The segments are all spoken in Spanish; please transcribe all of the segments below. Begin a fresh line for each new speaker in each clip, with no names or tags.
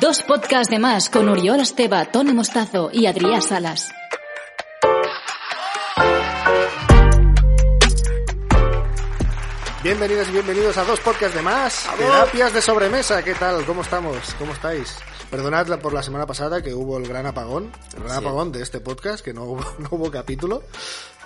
Dos podcasts de más con Uriol Esteba, Tony Mostazo y Adrián Salas.
Bienvenidos y bienvenidos a dos podcasts de más, terapias de sobremesa. ¿Qué tal? ¿Cómo estamos? ¿Cómo estáis? Perdonad la- por la semana pasada que hubo el gran apagón, el gran
Sí.
apagón de este podcast, que no hubo, no hubo capítulo.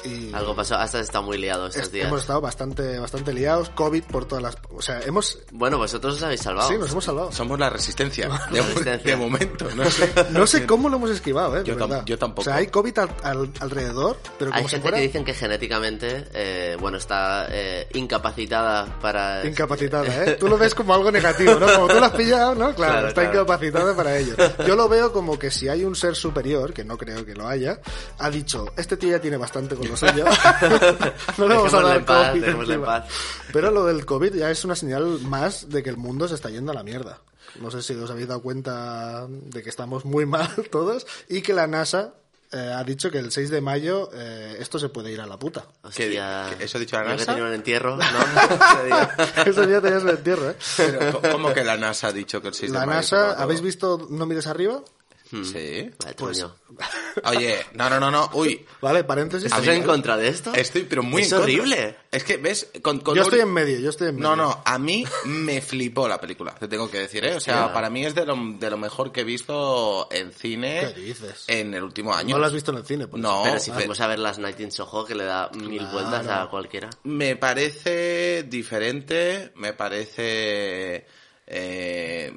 Y
Algo pasó, has estado muy liado estos
est-
días.
hemos estado bastante, bastante liados, COVID por todas las... O sea, hemos...
Bueno, vosotros os habéis salvado.
Sí, nos hemos salvado.
Somos la resistencia, de,
resistencia.
de momento, no sé.
No sé cómo lo hemos esquivado, ¿eh? de
Yo tam-
verdad.
yo tampoco.
O sea, hay COVID al- al- alrededor, pero
Hay
como si
gente
fuera
que dicen que genéticamente, eh, bueno, está eh, incapacitada para...
incapacitada, ¿eh? Tú lo ves como algo negativo, ¿no? Como tú lo has pillado, ¿no? Claro,
Claro,
está
claro.
incapacitada para ello. Yo lo veo como que si hay un ser superior, que no creo que lo haya, ha dicho, este tío ya tiene bastante con lo suyo. no le vamos a
Dejémoslo
dar
en paz,
COVID
dejémoslo en
encima.
paz.
Pero lo del COVID ya es una señal más de que el mundo se está yendo a la mierda. No sé si os habéis dado cuenta de que estamos muy mal todos y que la NASA eh, ha dicho que el 6 de mayo eh, esto se puede ir a la puta.
Hostia,
¿Qué- qué- eso ha dicho la
yo que
NASA?
tenía un entierro, ¿no? Ese día.
Ese día tenías el entierro, ¿eh?
Pero, co- ¿Cómo que la NASA ha dicho que el 6 de
La
mayo se
NASA,
acaba
¿habéis
todo?
visto No mires arriba?
Hmm. Sí.
Vale,
Pues-
truño.
Oye, no, no, no, no, uy.
Vale, paréntesis.
¿Estás en contra de esto?
Estoy, pero muy
Es
en contra.
horrible.
Es que, ¿ves? Con, con
Yo
un-
estoy en medio, yo estoy en medio.
No, no, a mí me flipó la película, te tengo que decir, ¿eh? O sea, para mí es de lo, de lo mejor que he visto en cine
¿Qué dices?
en el último año.
No lo has visto en el cine, pues. por
No,
Pero si
Ah.
fuimos a ver las Night in Soho, que le da mil vueltas a cualquiera.
Me parece diferente, me parece eh,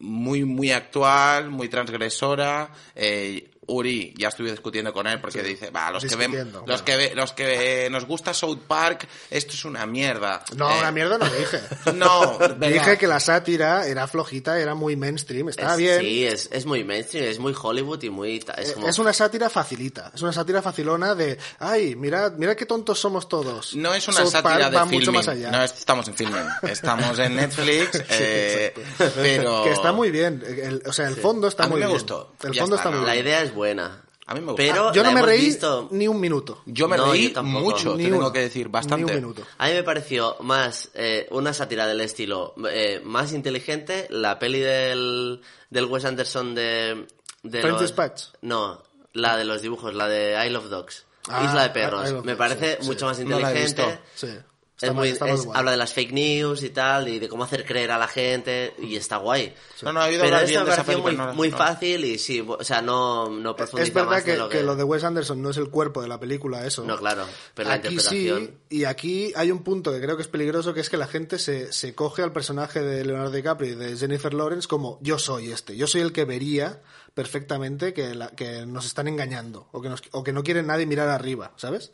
muy, muy actual, muy transgresora. Eh, Uri, ya estuve discutiendo con él porque dice, va, los que ven,
Discutiendo,
los
bueno.
que ve- los que nos gusta South Park, esto es una mierda.
eso. No,
Eh,
una mierda no dije.
No,
Dije que la sátira era flojita, era muy mainstream, estaba
Es-
bien.
Sí, es, es muy mainstream, es muy Hollywood y muy... ta- Es
Eh,
como...
Es una sátira facilita, es una sátira facilona de, ay, mirad, mirad qué tontos somos todos.
No es una
South
sátira
Park
de
va
filming.
mucho más allá.
No es- estamos en filming. Estamos en Netflix. eh, pero
Que está muy bien, el- o sea, el fondo está
A mí
muy
me
bien.
gustó.
El
Ya
fondo
está,
está,
¿no?
muy
La
bien.
idea es buena.
A mí me gusta.
Pero
Yo no
la
me
hemos
reí
visto-
ni un minuto.
Yo me
No, yo
reí
tampoco.
mucho,
Ni
te tengo
uno.
que decir,
Ni
bastante.
un minuto.
A mí me pareció más eh, una sátira del estilo eh, más inteligente la peli del, del Wes Anderson de... de
French Dispatch.
No, la de los dibujos, la de I Love Dogs.
Ah,
Isla de
I
Perros.
Love
Me
Dogs,
parece
sí,
mucho
sí.
más
No la he
inteligente.
visto.
Sí. Está
Es
más-
muy-
está más
es-
guay.
habla de las fake news y tal, y de cómo hacer creer a la gente, y está guay.
No, no, he oído
Pero
hablar
eso
bien
me
de esa
pareció
película,
muy,
no, no.
muy fácil y sí, o sea, no, no profundiza
Es verdad
más
que,
de lo que...
que lo de Wes Anderson no es el cuerpo de la película, eso.
No, claro, pero la
aquí sí,
interpretación...
y aquí hay un punto que creo que es peligroso, que es que la gente se, se coge al personaje de Leonardo DiCaprio y de Jennifer Lawrence como yo soy este, yo soy el que vería perfectamente que, la- que nos están engañando o que, nos- o que no quiere nadie mirar arriba, ¿sabes?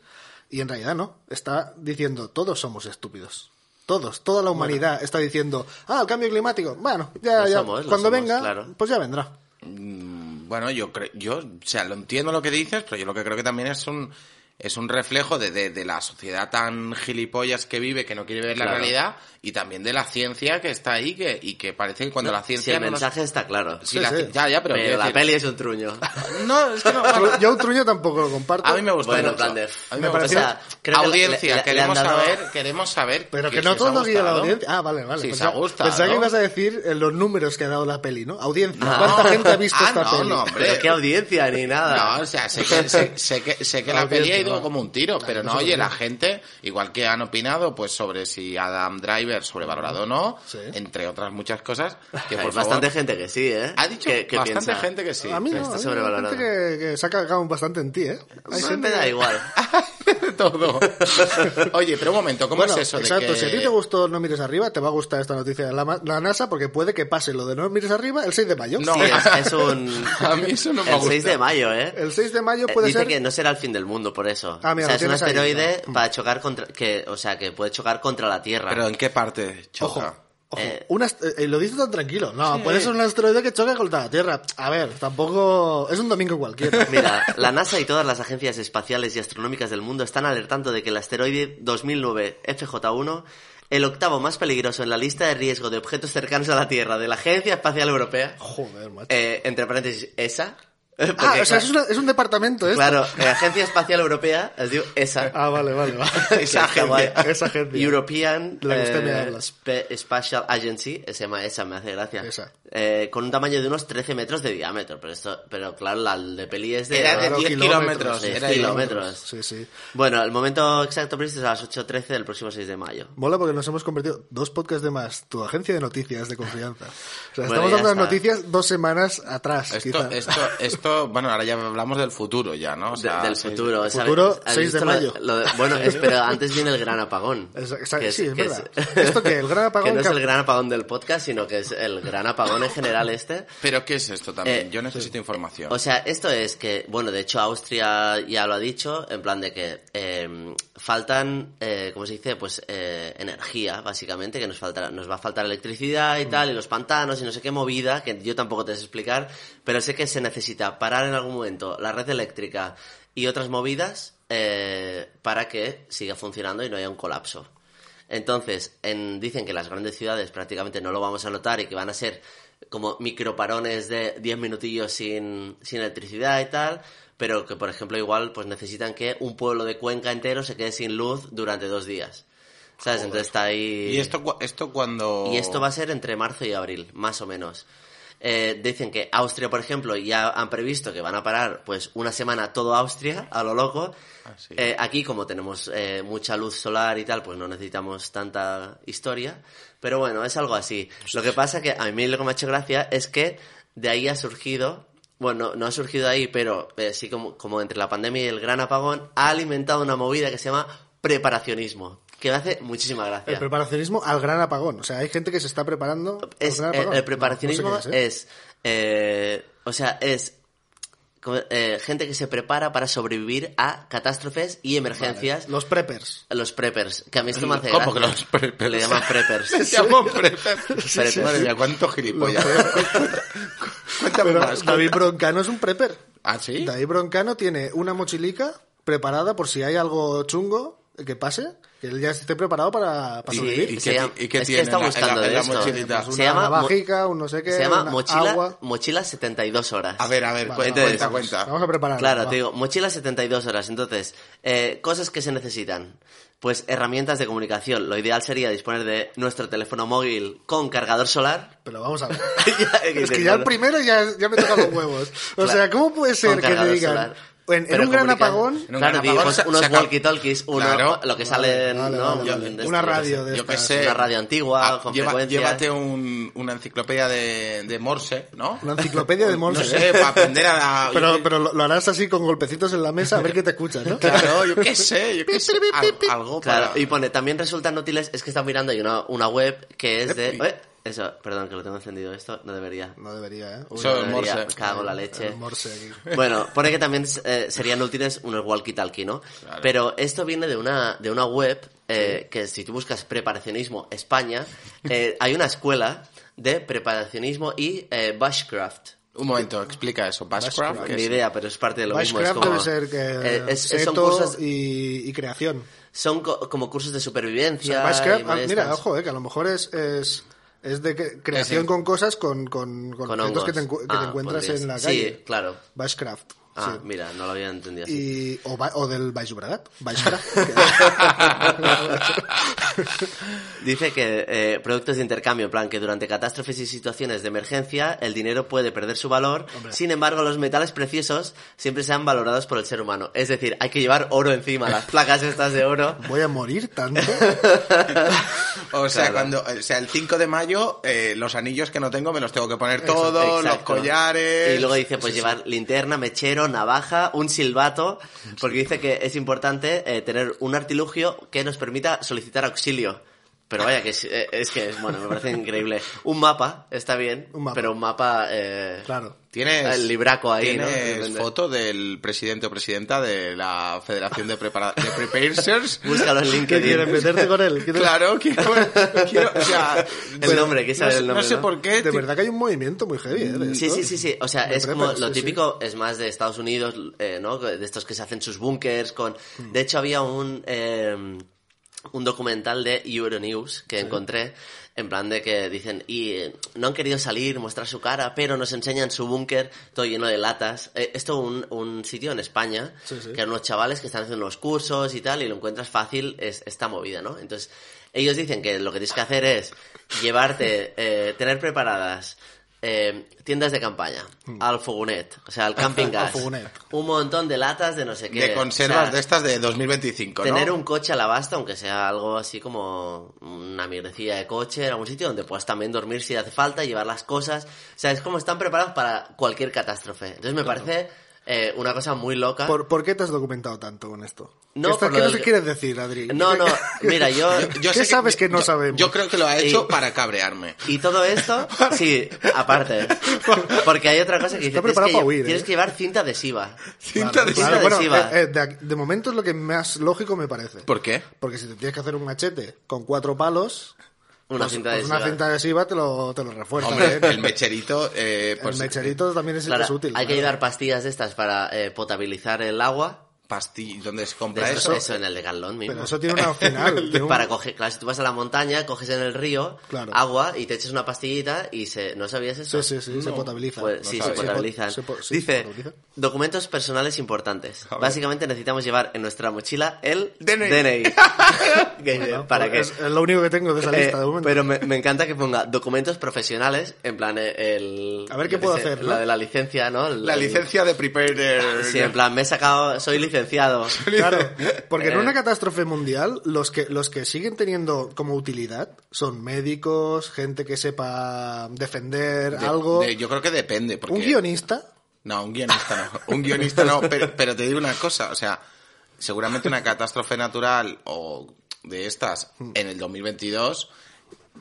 Y en realidad no, está diciendo todos somos estúpidos. Todos, toda la humanidad está diciendo, ah, el cambio climático, bueno, ya,
Lo
ya,
somos, lo
cuando
somos,
venga,
claro.
pues ya vendrá.
Mm, Bueno, yo creo, yo, o sea, lo entiendo lo que dices, pero yo lo que creo que también es un es un reflejo de, de, de la sociedad tan gilipollas que vive, que no quiere ver la
Claro.
realidad, y también de la ciencia que está ahí que, y que parece que cuando la
Si
ciencia
el
no nos-
mensaje está claro.
si la ci- ya, ya, pero,
Pero,
quiero
la
decir-
peli es un truño.
No, es que no, bueno,
Yo un truño tampoco lo comparto.
a mí me gusta
Bueno, en
mucho.
plan de-
A mí
me
me,
pareció-
gusta.
o sea, creo que le-
Pues, audiencia,
le- le han
queremos
dado-
saber, queremos saber
Pero que
qué-
no
si os ha
todo lo guía la
gustado.
audiencia. Ah, vale, vale.
Si os
Pensaba-
ha gustado.
pensaba que ibas a decir eh, los números que ha dado la peli, ¿no? Audiencia.
No.
¿Cuánta gente ha visto
Ah,
esta
no,
peli?
no, hombre.
Pero qué audiencia, ni nada.
No, o sea, sé que, sé, sé que, sé que la
Obvio
peli ha
que
ido
no.
como un tiro, pero no, oye, la gente, igual que han opinado, pues sobre si Adam Driver sobrevalorado o no,
Sí.
entre otras muchas cosas, que
Hay
por
bastante
favor,
gente que sí, ¿eh?
ha dicho
que, que
bastante
piensa,
gente que sí.
a mí no.
está
a mí
sobrevalorado.
hay gente que, que se ha cagado bastante en ti, ¿eh? Hay
No,
gente
me da
que-
igual.
De todo. Oye, pero un momento, ¿cómo
Bueno,
es eso de
exacto.
que...
Si a ti te gustó No Mires Arriba, te va a gustar esta noticia de la, ma- la NASA porque puede que pase lo de No Mires Arriba el 6 de mayo.
No.
Sí, es, es un...
A mí eso no me
El 6
gusta.
de mayo, ¿eh?
El 6 de mayo
Eh,
puede
Dice
ser...
que no será el fin del mundo por eso.
Ah, mira,
o sea,
lo
es un
tienes ahí,
asteroide
¿no?
para chocar contra... Que, o sea, que puede chocar contra la Tierra.
¿Pero en qué parte
Ojo.
choca?
Ojo,
Eh,
un ast- eh, eh, lo dice tan tranquilo. No, puede ser un asteroide que choca contra la Tierra. A ver, tampoco... Es un domingo cualquiera.
Mira, la NASA y todas las agencias espaciales y astronómicas del mundo están alertando de que el asteroide 2009 FJ1, el octavo más peligroso en la lista de riesgo de objetos cercanos a la Tierra de la Agencia Espacial Europea,
Joder, macho.
eh, entre paréntesis, ESA,
Ah,
Porque,
o sea, es, una- es un departamento, ¿eh?
Claro, la Agencia Espacial Europea, es diu ESA.
Ah, vale, vale. vale.
que
Esa
está guay.
agencia. Esa agencia.
European
La que usted me
eh,
habla.
Spe- Spatial Agency, se llama esa, me hace gracia.
Esa.
Eh, con un tamaño de unos 13 metros de diámetro, pero esto, pero claro, la de peli es de...
Era de
Claro,
10
kilómetros,
kilómetros.
de
Era
10
de-
kilómetros.
Sí, sí.
Bueno, el momento exacto previsto es a las 8.13 del próximo 6 de mayo.
Mola porque nos hemos convertido dos podcasts de más, tu agencia de noticias de confianza. O sea,
Bueno,
estamos
ya
dando las
está.
noticias dos semanas atrás,
Esto,
quizá.
esto, esto, bueno, ahora ya hablamos del futuro ya, ¿no? O
De-
sea,
del
sí.
futuro. ¿sabes?
Futuro,
¿Has
6 de
visto lo-
mayo.
lo de- bueno, es- pero antes viene el gran apagón.
Es- exa-
que
sí, es
que
verdad. ¿Esto qué? ¿El gran apagón
Que no es
que-
el gran apagón del podcast, sino que es el gran apagón en general este.
Pero ¿qué es esto
Eh,
también? Yo necesito información.
O sea, esto es que, bueno, de hecho Austria ya lo ha dicho, en plan de que eh, faltan, eh, ¿cómo se dice? Pues eh, energía, básicamente, que nos, faltará, nos va a faltar electricidad y tal, y los pantanos y no sé qué movida, que yo tampoco te sé explicar, pero sé que se necesita parar en algún momento la red eléctrica y otras movidas eh, para que siga funcionando y no haya un colapso. Entonces, en- dicen que las grandes ciudades prácticamente no lo vamos a notar y que van a ser como microparones de 10 minutillos sin, sin electricidad y tal, pero que, por ejemplo, igual pues necesitan que un pueblo de Cuenca entero se quede sin luz durante dos días. ¿Sabes? Entonces está ahí...
¿Y esto, cu- esto cuando...?
Eh, Y esto va a ser entre marzo y abril, más o menos. Eh, dicen que Austria, por ejemplo, ya han previsto que van a parar pues una semana todo Austria, a lo loco.
sí.
Eh, aquí, como tenemos eh, mucha luz solar y tal, pues no necesitamos tanta historia. Pero bueno, es algo así. Lo que pasa que a mí lo que me ha hecho gracia es que de ahí ha surgido... Bueno, no, no ha surgido ahí, pero eh, sí como, como entre la pandemia y el gran apagón, ha alimentado una movida que se llama preparacionismo, que me hace muchísima gracia.
El preparacionismo al gran apagón. O sea, hay gente que se está preparando al
Es,
gran
eh,
apagón.
el preparacionismo
No, no sé qué es, ¿eh?
es, eh, o sea, es como, eh, gente que se prepara para sobrevivir a catástrofes y emergencias.
Los preppers.
Los preppers, que a mí esto me hace
¿Cómo que
gracia.
los preppers?
Le llaman preppers.
Se llaman preppers.
sí,
Madre
sí.
mía, cuánto gilipollas. Cuéntame
Pero
más.
David Broncano es un prepper.
¿Ah, sí?
David Broncano tiene una mochilica preparada por si hay algo chungo que pase, que él ya esté preparado para, para
¿Y-
sobrevivir.
y qué
Se llama-
ti- y qué
es que
tiene
está
en la- en la-
buscando
en
de
la
esto.
mochilita?
Una
se llama, mo-
navajica, un no sé qué,
se llama
una
mochila,
agua.
mochila 72 horas.
A ver, a ver,
Vale,
cuenta,
entonces,
cuenta, cuenta.
Vamos a preparar.
Claro, te digo, mochila 72 horas. Entonces, eh, cosas que se necesitan. Pues herramientas de comunicación. Lo ideal sería disponer de nuestro teléfono móvil con cargador solar.
Pero vamos a ver.
Ya,
es que
dices,
ya el
bueno,
primero ya, ya me toca los huevos. O
Claro.
sea, ¿cómo puede ser
con
que te
cargador
digan
solar.
en- en,
Pero
un gran
comunicando.
apagón?
En un
claro,
gran
digo,
apagón
pues
se-
unos
se acaba-
walkie-talkis, uno,
Claro.
lo que sale en,
vale,
¿no? este
vale, vale.
en-
Una
yo qué
radio
sé,
de
Yo qué
esta.
sé.
Una radio antigua,
Ah,
con
lleva-
frecuencias.
Llévate un- una enciclopedia de, de Morse, ¿no?
Una enciclopedia de Morse. ¿eh?
No
¿eh?
sé, para aprender a la...
Pero, pero lo, lo harás así con golpecitos en la mesa a ver qué te escuchas, ¿no?
Claro, yo qué sé, yo qué sé. Al- algo
Claro,
para...
y pone, también resultan útiles, es que están mirando, hay una, una web que es de...
Epi.
Eh, eso, perdón, que lo tengo encendido esto, no debería.
No debería, ¿eh? Uy,
Eso
no
es
debería,
Morse.
Cago en la leche.
el Morse aquí.
Bueno, pone que también eh, serían útiles unos walkie-talkie, ¿no?
Claro.
Pero esto viene de una, de una web eh, que si tú buscas preparacionismo España, eh, hay una escuela de preparacionismo y eh, bushcraft.
Un momento, explica eso. Bushcraft. ¿qué
Ni
es?
idea, pero es parte de lo
Bushcraft
mismo. es
debe
como-
ser que
eh, es- es- son
seto
cursos,
y, y creación.
son co- como cursos de
O
supervivencia.
sea,
y
Bushcraft, ah,
movidas
mira,
estas.
ojo, eh, que a lo mejor es, es, es de que- creación
Es el-
con cosas, con, con, con
Con
objetos que te,
hongos.
encu- que te
Ah,
encuentras
podrías-
en la
sí,
calle.
claro.
Bushcraft.
Ah,
sí.
mira, no lo había entendido así.
Y, o, ba- o del Baix Llobregat. Baix Llobregat.
Dice que eh, productos de intercambio, en plan que durante catástrofes y situaciones de emergencia el dinero puede perder su valor, sin embargo los metales preciosos siempre sean valorados por el ser humano. Es decir, hay que llevar oro encima, las placas estas de oro.
Voy a morir tanto.
O sea, cuando, o sea, el 5 de mayo, eh, los anillos que no tengo me los tengo que poner todos, los
Exacto.
collares.
Y luego dice, pues llevar linterna, mechero, navaja, un silbato, porque dice que es importante eh, tener un artilugio que nos permita solicitar auxilio. Pero vaya, que es, eh, es que es, bueno, me parece increíble. Un mapa, está bien,
Un mapa.
pero un mapa... eh,
Claro.
Tienes,
El libraco ahí, ¿no?
¿tienes foto del presidente o presidenta de la Federación de, Prepara de Preparers.
Búscalo en
¿Qué quieres?
LinkedIn.
¿Meterte con él? ¿Qué te-
claro, quiero, quiero- o sea,
El nombre,
que
¿quieres saber el nombre,
No sé
no?
por qué.
De
ti-
verdad que hay un movimiento muy heavy, ¿eh? de
Sí,
esto.
sí, sí, sí. O sea,
De
es como
preppers,
lo
sí, sí.
típico, es más de Estados Unidos,
Hmm.
eh, ¿no? De estos que se hacen sus búnkers con... De hecho, había un... eh, un documental de Euronews que encontré, en plan de que dicen, y eh, no han querido salir, mostrar su cara, pero nos enseñan su búnker, todo lleno de latas. Eh, esto un, un sitio en España,
Sí, sí.
que eran unos chavales que están haciendo unos cursos y tal, y lo encuentras fácil, es esta movida, ¿no? Entonces, ellos dicen que lo que tienes que hacer es llevarte, eh, tener preparadas. eh, tiendas de campaña, al fogonet, o sea, al camping
Mm. Al
gas,
fogonet.
un montón de latas de no sé qué.
De conservas
o sea,
de estas de 2025, ¿no?
Tener un coche a la basta, aunque sea algo así como una mierdecilla de coche, en algún sitio donde puedas también dormir si hace falta, llevar las cosas. O sea, es como están preparados para cualquier catástrofe. Entonces me parece eh, una cosa muy loca.
¿Por, por qué te has documentado tanto con esto?
No,
¿Qué, estás-
por lo
qué nos
del-
quieres decir, Adri?
No, no, mira, yo...
¿Qué
sé
sabes que no
yo-
sabemos?
Yo creo que lo ha hecho
Y-
para cabrearme.
Y todo esto, sí, aparte. Porque hay otra cosa que dice,
Está
tienes
preparado
que,
para
lle-
huir, ¿eh?
tienes que llevar cinta adhesiva.
Cinta de
claro.
bueno,
adhesiva.
eh, eh, de, ac- de momento es lo que más lógico me parece.
¿Por qué?
Porque si te tienes que hacer un machete con cuatro palos,
Una
pues-
cinta
pues
adhesiva.
una cinta adhesiva te lo, te lo refuerza.
Hombre,
¿eh?
el mecherito, eh,
El
pues,
mecherito también es,
Claro,
es útil.
hay que
claro.
llevar pastillas de estas para eh, potabilizar el agua.
pastilla, donde se
De
compra
eso,
eso.
eso en el de Galón mismo.
Pero eso tiene una final. tiene un-
Para coger, claro, si tú vas a la montaña, coges en el río
Claro.
agua y te echas una pastillita y se... ¿No sabías eso?
Sí, sí, sí, se potabiliza.
Pues
Lo
sí, se
sabes.
potabilizan.
se po- sí, se
Dice, eh,
potabiliza.
documentos personales importantes.
ver.
Básicamente necesitamos llevar en nuestra mochila el
DNI.
Que-
Bueno, pues
para que...
es, es lo único que tengo de esa
eh,
lista de momento.
pero me, me encanta que ponga documentos profesionales, en plan eh, el...
A ver qué
yo qué
puedo
sé,
hacer, ¿no?
La de la licencia, ¿no? El-
La
el-
licencia de Preparer.
Sí, en plan, me he sacado... Soy licenciado.
Claro, porque en
Eh.
una catástrofe mundial los que, los que siguen teniendo como utilidad son médicos, gente que sepa defender
De-
algo.
de- yo creo que depende. Porque...
Un guionista,
No, un guionista no. Un guionista no, pero, pero te digo una cosa, o sea, seguramente una catástrofe natural o de estas en el 2022,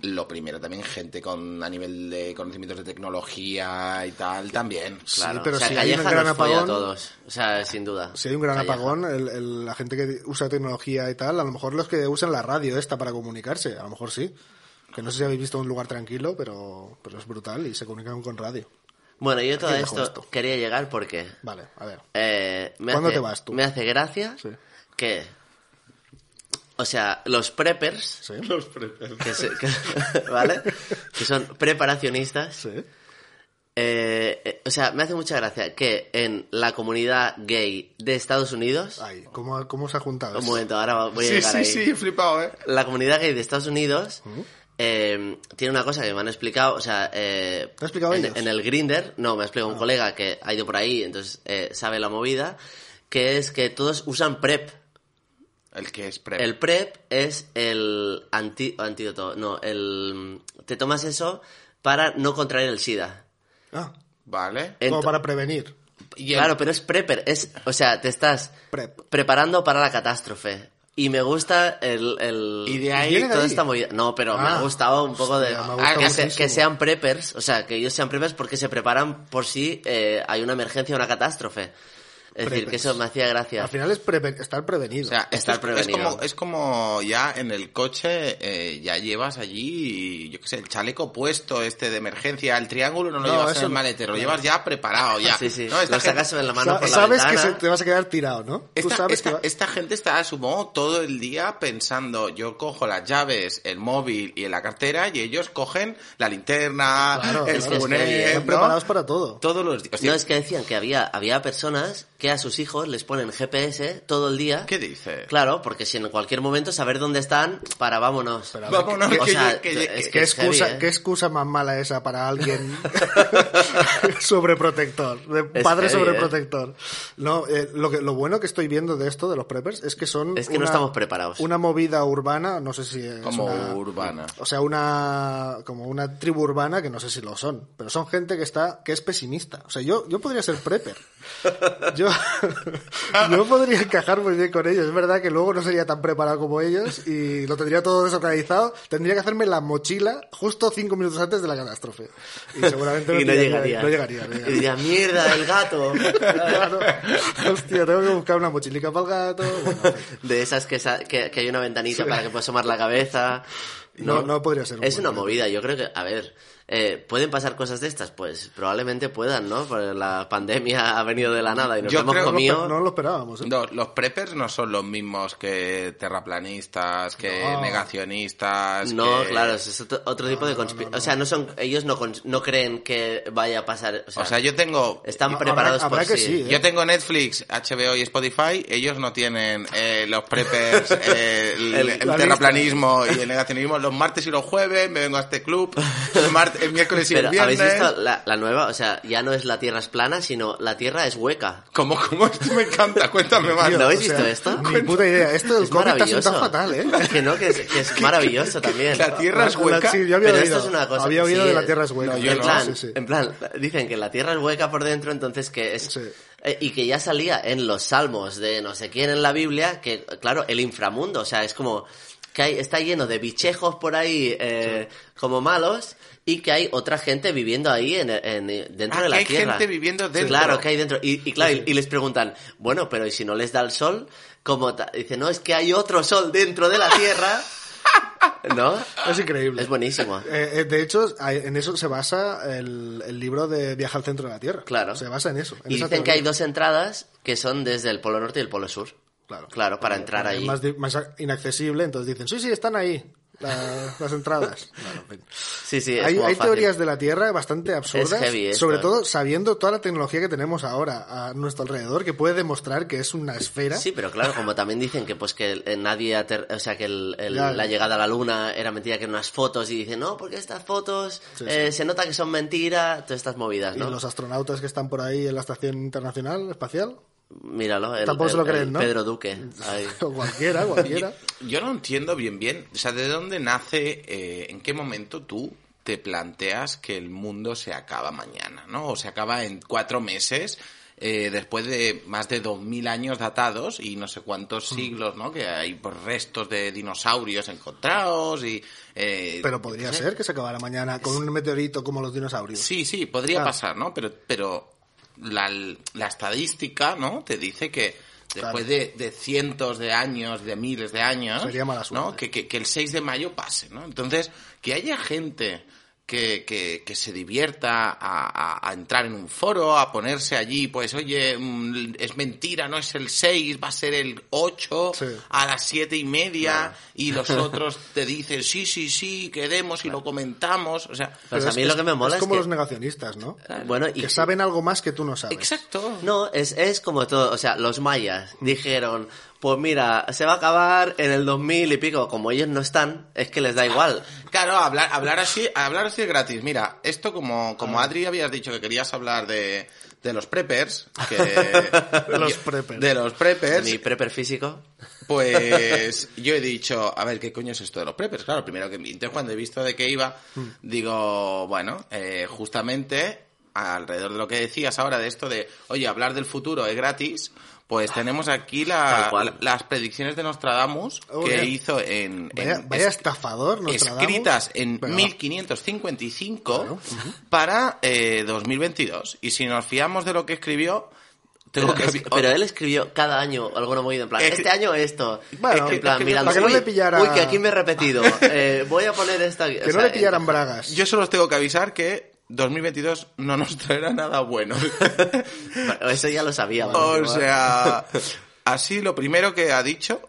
lo primero también gente con a nivel de conocimientos de tecnología y tal también.
Claro,
Sí, pero
o sea,
si hay
Calleja
un gran
nos folla
apagón-
a todos. O sea, sin duda.
si hay un gran
Calleja.
apagón, el- el- la gente que usa tecnología y tal, a lo mejor los que usan la radio esta para comunicarse, a lo mejor sí. Que no sé si habéis visto un lugar tranquilo, pero, pero es brutal y se comunican con radio.
Bueno, yo todo
Aquí dejo
esto,
esto.
quería llegar porque...
Vale, a ver.
eh, me
¿Cuándo
hace-
te vas tú?
Me hace gracia
Sí.
que... O sea, los preppers,
Sí,
que, se- que- ¿vale? Que son preparacionistas.
sí.
eh, eh, o sea, me hace mucha gracia que en la comunidad gay de Estados Unidos...
Ay, pues. ¿cómo, cómo se ha juntado
un
eso?
momento, ahora voy a
Sí,
llegar
sí,
ahí.
sí, flipado, ¿eh?
La comunidad gay de Estados Unidos eh, tiene una cosa que me han explicado, o sea, eh,
¿Te han explicado
en,
ellos? Ah.
en el Grinder, no, me ha explicado un colega que ha ido por ahí, entonces eh, sabe la movida, que es que todos usan PrEP.
El que es prep.
El PrEP es el anti- antídoto, no, el... Te tomas eso para no contraer el SIDA.
Ah,
¿Vale?
como
Ento-
para prevenir.
Y el-
Claro, pero es prepper, es, o sea, te estás
Prep.
preparando para la catástrofe. Y me gusta el, el
Y de ahí-
¿Viene de
toda
ahí?
esta movida. No, pero me
Ah,
ha gustado un poco de
hostia, me ha
Ah,
gustado
que, se-
muchísimo.
que sean preppers, o sea, que ellos sean preppers porque se preparan por si eh, hay una emergencia o una catástrofe. Es decir,
Preppers.
que eso me hacía gracia.
Al final es preve- estar prevenido.
O sea, esto
Estar
es- es,
prevenido.
como, es como ya en el coche, eh, ya llevas allí, yo qué sé, el chaleco puesto, este de emergencia, el triángulo no lo
No,
llevas en
eso-
el maletero, lo llevas ya preparado, ya.
Sí, sí.
No, esta
Lo
gente-
sacas en la
Sa-
mano por la
sabes que
ventana.
se- te vas a quedar tirado, ¿no? Tú
Esta,
sabes
esta-
que va-
esta gente está, supongo, todo el día pensando, yo cojo las llaves, el móvil y la cartera y ellos cogen la linterna,
Claro,
el
claro,
es
funet,
que bien,
están
¿no?
preparados para todo.
Todos los días. Hostia,
No, es que decían que había, había personas que a sus hijos les ponen GPS todo el día.
¿Qué dices?
Claro, porque si en cualquier momento saber dónde están, para vámonos.
Pero a ver,
Vámonos,
O
que
sea,
yo- que yo-
es
que-
¿Qué
que
excusa,
heavy, ¿eh?
¿Qué excusa más mala esa para alguien sobreprotector? De
Es
padre
heavy, ¿eh?
sobreprotector. No, eh, lo, que, lo bueno que estoy viendo de esto, de los preppers, es que son.
Es que no estamos preparados.
Una movida urbana, no sé si es.
Como
una-
urbana.
O sea, una. Como una tribu urbana que no sé si lo son. Pero son gente que está. que es pesimista. O sea, yo, yo podría ser prepper. Yo, yo podría encajar muy bien con ellos. Es verdad que luego no sería tan preparado como ellos y lo tendría todo desorganizado. Tendría que hacerme la mochila justo cinco minutos antes de la catástrofe. Y seguramente
y no
tiraría-
llegaría.
No llegaría. no
Y
llegaría.
diría, mierda, el gato.
Claro. Hostia, tengo que buscar una mochilica para el gato. Bueno, en fin.
De esas que, sa- que, que hay una ventanita para que puedas asomar la cabeza.
No, no podría ser un
Es una
puente.
movida, yo creo que, a ver, eh, ¿pueden pasar cosas de estas? Pues probablemente puedan, ¿no? Porque la pandemia ha venido de la nada y nos
Yo
hemos
creo que
comido.
No lo esperábamos. ¿eh?
No, los preppers no son los mismos que terraplanistas, que
No.
negacionistas.
No,
que-
claro, es otro, otro tipo de conspiración. O sea, no son, ellos no, cons- no creen que vaya a pasar. O sea,
O sea, yo tengo.
están
Habrá-
preparados
habrá
por
que
sí.
sí, ¿eh?
Yo tengo Netflix, HBO y Spotify. Ellos no tienen eh, los preppers, eh, el,
El-
el
la
terraplanismo y el negacionismo. Los martes y los jueves me vengo a este club. El, mart- el miércoles y
Pero
el viernes.
habéis visto la, la nueva, o sea, ya no es la Tierra es plana, sino la Tierra es hueca.
¿Cómo, cómo? Esto me encanta. Cuéntame más.
¿No habéis
O sea,
visto esto?
Ni puta idea. Esto
Es
del COVID te ha
maravilloso.
sentado fatal, ¿eh?
Que no, que es, que es maravilloso también.
La Tierra es hueca.
Sí, yo había
Pero
oído.
esto es una cosa.
había oído
sí, eh,
de la
es-
tierra es hueca.
No, yo
en,
no,
plan,
Sí, sí.
en plan, dicen que la tierra es hueca por dentro, entonces que es...
Sí.
eh, y que ya salía en los salmos de no sé quién en la Biblia, que claro, el inframundo, o sea, es como que hay, está lleno de bichejos por ahí eh, como malos y que hay otra gente viviendo ahí en, en- dentro
Ah,
de la
que hay
tierra.
gente viviendo dentro.
Claro, que hay dentro. Y, y claro, y, y les preguntan, bueno, pero ¿y si no les da el sol? Como ta- dice, no, es que hay otro sol dentro de la tierra. ¿No?
Es increíble.
Es buenísimo.
Eh, eh, de hecho, a- en eso se basa el, el libro de Viaja al centro de la Tierra.
Claro.
Se basa en eso. en
Y
esa
dicen que hay
teoría.
dos entradas que son desde el Polo Norte y el Polo Sur.
Claro.
Claro, para entrar
Es
ahí.
más, di- más a- inaccesible, entonces dicen, sí, sí, están ahí la- las entradas. Bueno, en fin.
Sí, sí, es
hay
como
hay
fácil.
teorías de la Tierra bastante absurdas,
heavy esto,
sobre
eh.
todo sabiendo toda la tecnología que tenemos ahora a nuestro alrededor, que puede demostrar que es una esfera.
Sí, pero claro, como también dicen que pues que eh, nadie, ater- o sea, que el- el-
Ya.
la llegada a la luna era mentira, que eran unas fotos y dicen, no, porque estas fotos eh, se nota que son mentira, todas estas movidas,
Y
¿no?
los astronautas que están por ahí en la Estación Internacional Espacial,
Míralo, el,
Tampoco se
el-
lo
el
creen, ¿no?
Pedro Duque. ahí.
o cualquiera, cualquiera.
Yo no entiendo bien, bien. O sea, ¿de dónde nace, eh, en qué momento tú te planteas que el mundo se acaba mañana, ¿no? O se acaba en cuatro meses. eh, después de más de 2.000 años datados y no sé cuántos siglos, ¿no? Que hay pues, restos de dinosaurios encontrados y... eh,
Pero podría ser que se acabara mañana con un meteorito como los dinosaurios.
Sí, sí, podría
Ah.
pasar, ¿no? Pero, pero la, la estadística, ¿no? Te dice que después de, de cientos de años, de miles de años,
Sería mala
¿no?
suerte.
Que, que- que el 6 de mayo pase, ¿no? Entonces, que haya gente que, que- que se divierta a, a- a entrar en un foro, a ponerse allí, pues, oye, mm, es mentira, no es el 6, va a ser el 8,
Sí.
a las siete y media, y los otros te dicen, sí, sí, sí, quedemos y lo comentamos, o sea...
Pues a
es-
mí lo que me mola es,
es como
que...
los negacionistas, ¿no?
Bueno, y
Que saben algo más que tú no sabes.
Exacto.
No, es, es como todo, o sea, los mayas dijeron, pues mira, se va a acabar en el 2000 y pico, como ellos no están, es que les da igual.
Claro, hablar, hablar así, hablar así es gratis. Mira, esto como,
Ah.
como Adri habías dicho que querías hablar de, de los preppers, que- de
los preppers.
de los preppers,
Mi prepper físico.
pues yo he dicho, a ver, ¿qué coño es esto de los preppers? Claro, primero que entonces cuando he visto de qué iba,
Mm.
digo, bueno, eh, justamente alrededor de lo que decías ahora de esto de, oye, hablar del futuro es gratis, pues
Ah,
tenemos aquí la-
Tal cual.
las predicciones de Nostradamus
Oh,
que
yeah.
hizo en,
Vaya,
en-
vaya
es-
estafador, Nostradamus.
escritas en
Venga, va.
1555 para eh, 2022. Y si nos fiamos de lo que escribió, tengo
Pero,
que...
es- pero él escribió cada año alguna movida en plan,
Es-
este año esto.
Bueno,
en plan,
es que-
mirando,
para que no
uy,
le pillara-
Uy, que aquí me he repetido. eh, voy a poner esta...
Que no le pillaran
eh,
bragas.
Yo solo os tengo que avisar que 2022 no nos traerá nada bueno.
Eso ya lo sabía.
o sea, así lo primero que ha dicho,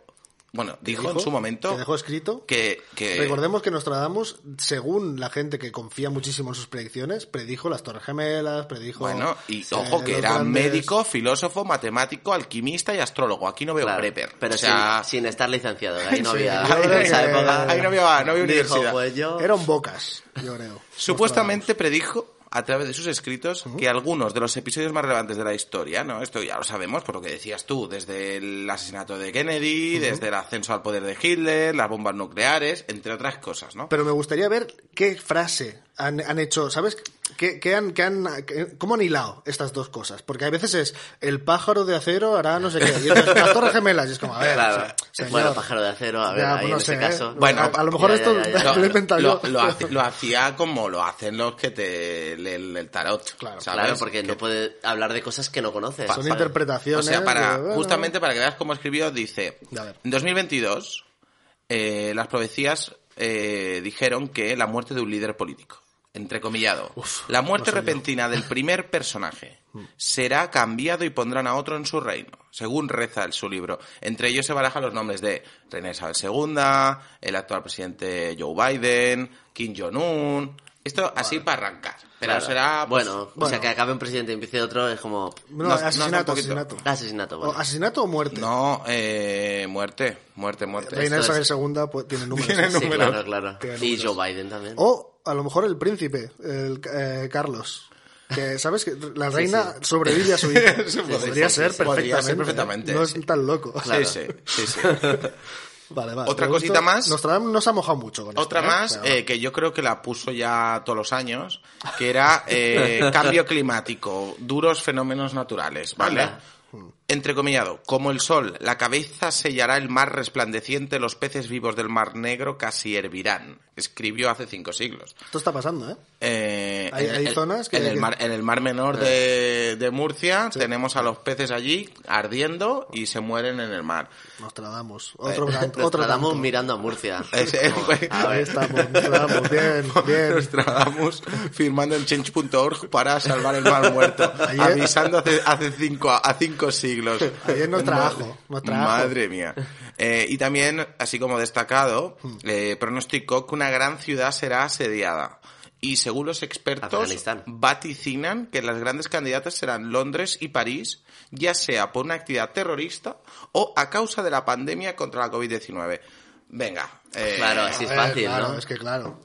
bueno, dijo, en su momento
Que dejó escrito.
que... que-
Recordemos que Nostradamus, según la gente que confía muchísimo en sus predicciones, predijo las Torres Gemelas, predijo.
Bueno, y
eh,
ojo que
los
era
grandes-
médico, filósofo, matemático, alquimista y astrólogo. Aquí no veo
Claro,
prepper.
Pero
O sea,
sin, sin estar licenciado. Ahí no
Sí,
había...
yo creo
en esa
que-
época,
ahí no había- no había
dijo,
universidad.
pues yo-
Era un bocas, yo creo.
Supuestamente predijo a través de sus escritos que algunos de los episodios más relevantes de la historia, ¿no? Esto ya lo sabemos por lo que decías tú, desde el asesinato de Kennedy, desde el ascenso al poder de Hitler, las bombas nucleares, entre otras cosas, ¿no?
Pero me gustaría ver qué frase han, han hecho, ¿sabes? ¿Qué, qué han, qué han, qué- ¿Cómo han hilado estas dos cosas? Porque a veces es el pájaro de acero hará no sé qué. Y otras, las torres gemelas. Y es como, a ver.
Claro.
o sea, señor.
Bueno, pájaro de acero, a ver,
Ya,
ahí
pues
en
no
ese
sé, ¿eh?
caso...
Bueno,
a, a lo mejor
ya,
esto
ya, ya, ya.
lo he inventado
lo,
yo.
lo hace- lo hacía como lo hacen los que te leen el tarot,
Claro.
¿sabes?
Claro, porque
Que
no puede hablar de cosas que no conoces.
Son
Para-
O
interpretaciones.
sea, para,
de, bueno,
justamente para que veas cómo escribió, dice,
A ver.
en 2022 eh, las profecías eh, dijeron que la muerte de un líder político. Entrecomillado. la muerte
no Mm. soy yo.
repentina del primer personaje será cambiado y pondrán a otro en su reino, según reza el- su libro. Entre ellos se barajan los nombres de Reina Isabel II, el actual presidente Joe Biden, Kim Jong-un. Esto así para arrancar. Pero
Claro.
será. pues,
bueno, o
bueno.
sea, que acabe un presidente y empiece otro es como.
No,
No, no, un
asesinato,
poquito.
asesinato.
Asesinato,
O
Ah, bueno.
asesinato o muerte.
No, eh, muerte, muerte, muerte.
Reina
esto
Isabel
es-
II pues, tiene números.
Tiene
Sí,
números.
claro, claro.
Tiene
Y
números.
Joe Biden también.
O a lo mejor el príncipe, el eh, Carlos. Que sabes que la reina sobrevive a su hijo. podría, ser
sí, sí, sí.
Podría ser
perfectamente.
perfectamente,
No
sí.
es tan loco.
Claro.
Sí, sí, sí, sí.
Vale, vale.
Otra
Me gusta-
cosita más.
Nostradamus nos ha mojado mucho con
Otra
esto, ¿eh?
más
Pero-
eh, que yo creo que la puso ya todos los años, que era eh, cambio climático, duros fenómenos naturales, ¿vale?
Anda.
Entrecomillado, como el sol, la cabeza sellará el mar resplandeciente, los peces vivos del mar negro casi hervirán. Escribió hace cinco siglos.
Esto está pasando, ¿eh?
Eh,
Hay-
en-
hay
en-
zonas que-
en, el
que- Eh.
mar, en el mar menor de, de Murcia tenemos a los peces allí ardiendo y se mueren en el mar.
Nostradamus. Otro, gran-
Nos
otro
tratamos
tanto.
mirando a Murcia.
Ese-
A
Ahí
ver.
estamos, Nostradamus. Bien, bien.
Nostradamus firmando en change.org para salvar el mar muerto,
Ayer-
avisando hace, hace cinco, a cinco siglos.
Ayer nos trajo, nos trajo.
Madre mía. Eh, y también, así como destacado,
Hmm.
eh, pronosticó que una gran ciudad será asediada. Y según los expertos,
Afganistán.
vaticinan que las grandes candidatas serán Londres y París, ya sea por una actividad terrorista o a causa de la pandemia contra la COVID-19. Venga. eh,
Claro, así es
Eh,
fácil,
claro,
¿no?
es que claro.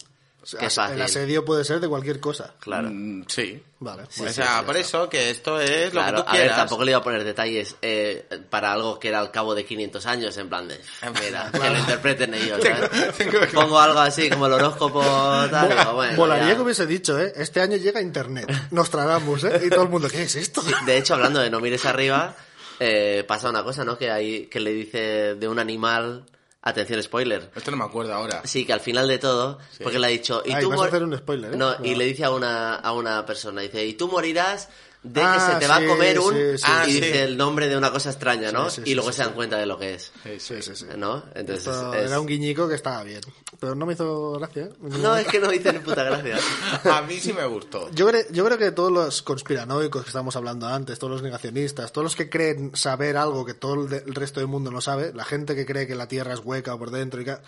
Qué fácil.
El asedio puede ser de cualquier cosa.
Claro.
mm, Sí.
Vale. Pues
o
bueno.
sí,
sea,
sí,
por
sí.
eso que esto es
Claro,
lo que tú
a ver,
quieras.
tampoco le iba a poner detalles eh, para algo que era al cabo de 500 años, en plan de, mira, que lo interpreten ellos, ¿sabes? Pongo algo así como el horóscopo, tal,
Mola-
digo, bueno,
Molaría
ya.
que hubiese dicho, ¿eh? Este año llega Internet. Nostradamus, ¿eh? Y todo el mundo, ¿qué es esto?
De hecho, hablando de no mires arriba, eh, pasa una cosa, ¿no? Que hay, que le dice de un animal, atención spoiler,
Esto no me acuerdo ahora.
Sí, que al final de todo, porque le ha dicho... Y
Ay,
tú
vas a
mor-
hacer un spoiler, ¿eh?
No, y
Claro.
le dice a una, a una persona, dice, y tú morirás de que
Ah,
se te va
sí,
a comer un...
sí, sí,
y
sí.
dice el nombre de una cosa extraña, ¿no?
Sí, sí,
y
sí,
luego
sí,
se dan cuenta de lo que es,
Sí, sí, sí.
¿no? Entonces
Esto
es...
Era un guiñico que estaba bien. Pero no me hizo gracia. ¿eh?
No, es que no dicen puta gracia.
A mí sí me gustó.
Yo creo, yo creo que todos los conspiranoicos que estábamos hablando antes, todos los negacionistas, todos los que creen saber algo que todo el, de- el resto del mundo no sabe, la gente que cree que la Tierra es hueca por dentro y que...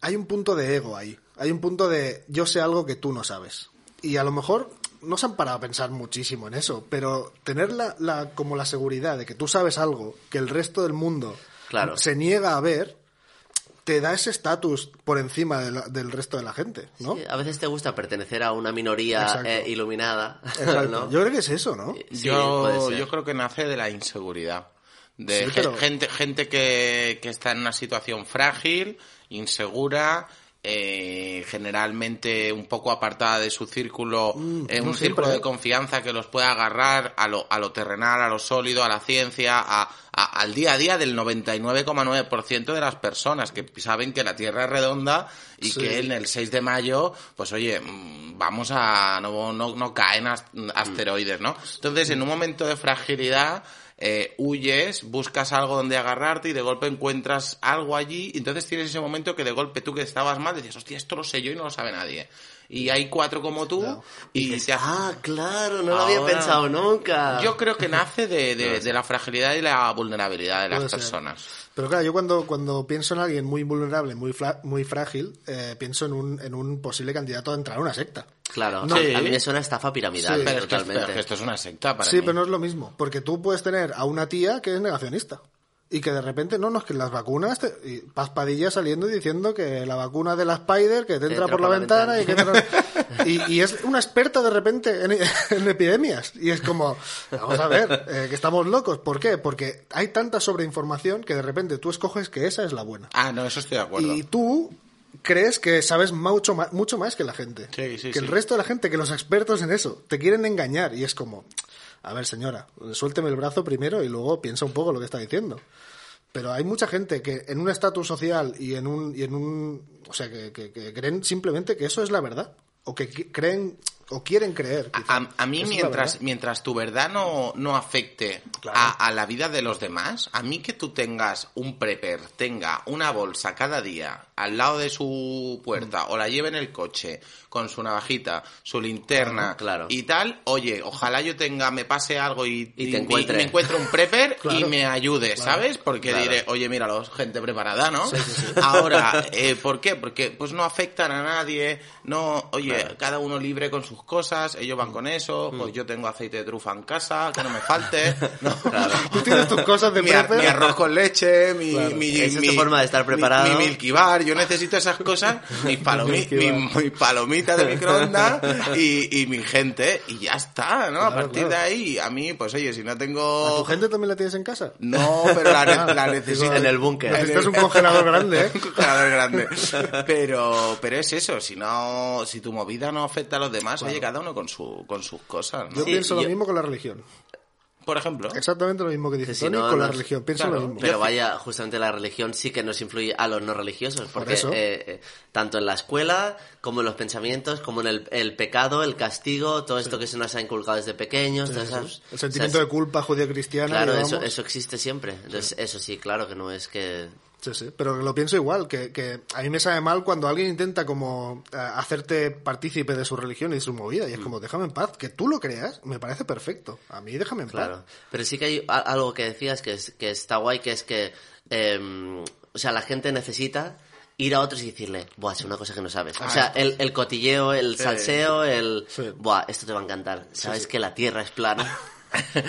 Hay un punto de ego ahí. Hay un punto de yo sé algo que tú no sabes. Y a lo mejor no se han parado a pensar muchísimo en eso, pero tener la, la- como la seguridad de que tú sabes algo que el resto del mundo
Claro.
se niega a ver, te da ese estatus por encima de la- del resto de la gente, ¿no?
Sí, A veces te gusta pertenecer a una minoría
Exacto.
eh, iluminada,
Exacto.
¿no?
Yo creo que es eso, ¿no?
Sí, puede
yo,
ser.
yo creo que nace de la inseguridad. De
Sí,
ge-
pero-
gente, gente que, que está en una situación frágil, insegura, eh, generalmente un poco apartada de su círculo,
Mm,
eh,
no
un
siempre,
círculo
¿eh?
de confianza que los pueda agarrar a lo, a lo terrenal, a lo sólido, a la ciencia, a- a- al día a día del 99,9% de las personas que saben que la Tierra es redonda y
Sí.
que en el 6 de mayo, pues oye, mm, vamos a... no, no, no caen as- asteroides, ¿no? Entonces, en un momento de fragilidad... eh, huyes, buscas algo donde agarrarte y de golpe encuentras algo allí, y entonces tienes ese momento que de golpe tú que estabas mal dices, hostia, esto lo sé yo y no lo sabe nadie. Y hay cuatro como tú
Claro.
y, te haces-
Ah, claro, no lo había
Ahora-
pensado nunca.
yo creo que nace de, de- de la fragilidad y la vulnerabilidad de las
Puede ser.
personas.
Pero claro, yo cuando, cuando pienso en alguien muy vulnerable, muy, fla- muy frágil, eh, pienso en un, en un posible candidato a entrar a una secta.
Claro,
No.
a mí me suena estafa piramidal,
Sí.
Pero es que,
totalmente.
pero es que esto es una secta para
sí,
mí.
pero no es lo mismo, porque tú puedes tener a una tía que es negacionista y que de repente no, no, es que las vacunas, te- y Paz Padilla saliendo y diciendo que la vacuna de la Spider, que te entra por la ventana, y que te- y, y es una experta de repente en, en epidemias. Y es como, vamos a ver, eh, que estamos locos. ¿Por qué? Porque hay tanta sobreinformación que de repente tú escoges que esa es la buena.
Ah, no, eso estoy de acuerdo.
Y tú crees que sabes mucho más, mucho más que la gente.
Sí, sí,
que el
sí.
resto de la gente, que los expertos en eso, te quieren engañar. Y es como, a ver señora, suélteme el brazo primero y luego piensa un poco lo que está diciendo. Pero hay mucha gente que en un estatus social y en un... Y en un o sea, que, que- que creen simplemente que eso es la verdad. O que qu- creen o quieren creer. quizá.
A, a mí,
Esa es la
mientras,
verdad.
mientras tu verdad no, no afecte
Claro.
a, a la vida de los demás, a mí que tú tengas un prepper, tenga una bolsa cada día al lado de su
Mm.
puerta o la lleve en el coche con su navajita, su linterna
Claro.
y tal, oye, ojalá yo tenga, me pase algo y,
Y te encuentre.
me encuentre un prepper y
Claro.
me ayude, ¿sabes? Porque
Claro.
diré, oye, míralo, gente preparada, ¿no? Ahora, eh, ¿por qué? Porque pues no afectan a nadie, no, oye, cada uno libre con sus cosas, ellos van con eso,
Mm.
pues yo tengo aceite de trufa en casa, que no me falte, ¿no?
Tú tienes tus cosas de
Mi, ar-
prepper.
mi arroz con leche, mi,
Claro.
mi-
Esa es tu
mi-
forma de estar
mi-
preparado.
Mi, Milky Bar, yo necesito esas cosas, mis palomi-
Milky Bar.
mi- mi palomitas de microondas y, y mi gente, y ya está, ¿no? a
Claro,
partir de
claro.
ahí, a mí, pues oye, si no
¿A tu
tengo...
gente también la tienes en casa?
No, pero la, ne- la
Ah,
necesito.
En el búnker.
Necesitas un congelador grande, ¿eh?
Un congelador grande. Pero, pero es eso, si no, si tu movida no afecta a los demás, oye, cada uno con su, con sus cosas, ¿no?
Yo
Sí,
pienso
yo-
lo mismo con la religión.
Por ejemplo.
Exactamente lo mismo que
Que
dice
si
Tony
no,
con la
nos-
religión. Pienso
claro,
lo mismo.
Pero vaya, justamente la religión sí que nos influye a los no religiosos, porque
eso.
eh, eh, tanto en la escuela como en los pensamientos, como en el, el pecado, el castigo, todo esto que se nos ha inculcado desde pequeños, todas esas-
El sentimiento
esas-
de culpa judío-cristiana.
Claro, eso,
digamos.
eso existe siempre. Entonces, eso sí, claro que no es que...
Sí, sí, pero lo pienso igual, que, que a mí me sabe mal cuando alguien intenta como eh, hacerte partícipe de su religión y de su movida, y
Mm.
es como, déjame en paz, que tú lo creas, me parece perfecto, a mí déjame en paz.
Claro. Pero sí que hay a- algo que decías que, es- que está guay, que es que... em, o sea, la gente necesita ir a otros y decirle, buah, es una cosa que no sabes.
Ah,
o sea, el, el cotilleo, el salseo, el...
Sí.
Buah, esto te va a encantar. Sabes que la tierra es plana.